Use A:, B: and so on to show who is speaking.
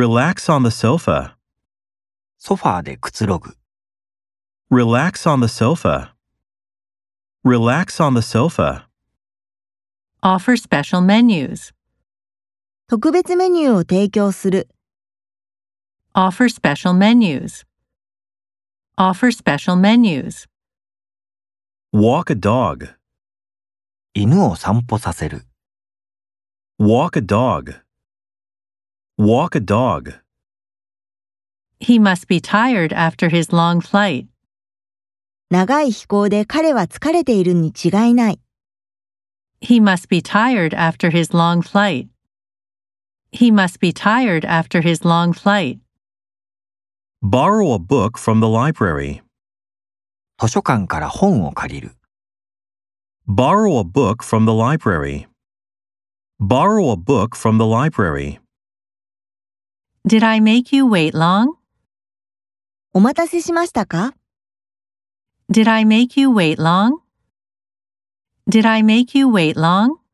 A: Relax on the sofa.
B: ソファーでくつろぐ。
A: Relax on the sofa. Relax on the sofa.
C: offer special menus,
D: 特別メニューを提供する。
C: offer special menus, offer special menus,
A: Walk a dog.
B: 犬を散歩させる。
A: Walk a dog. Walk a dog.
C: he must be tired after his long flight,
D: 長い飛行で彼は疲れているに違いない。
C: he must be tired after his long flight, he must be tired after his long flight,
A: Borrow a book from the library.
B: 図書館から本を借りる。
A: Borrow a book from the library. Borrow a book from the library.
C: did I make you wait long?
D: お待たせしましたか
C: Did I make you wait long? Did I make you wait long?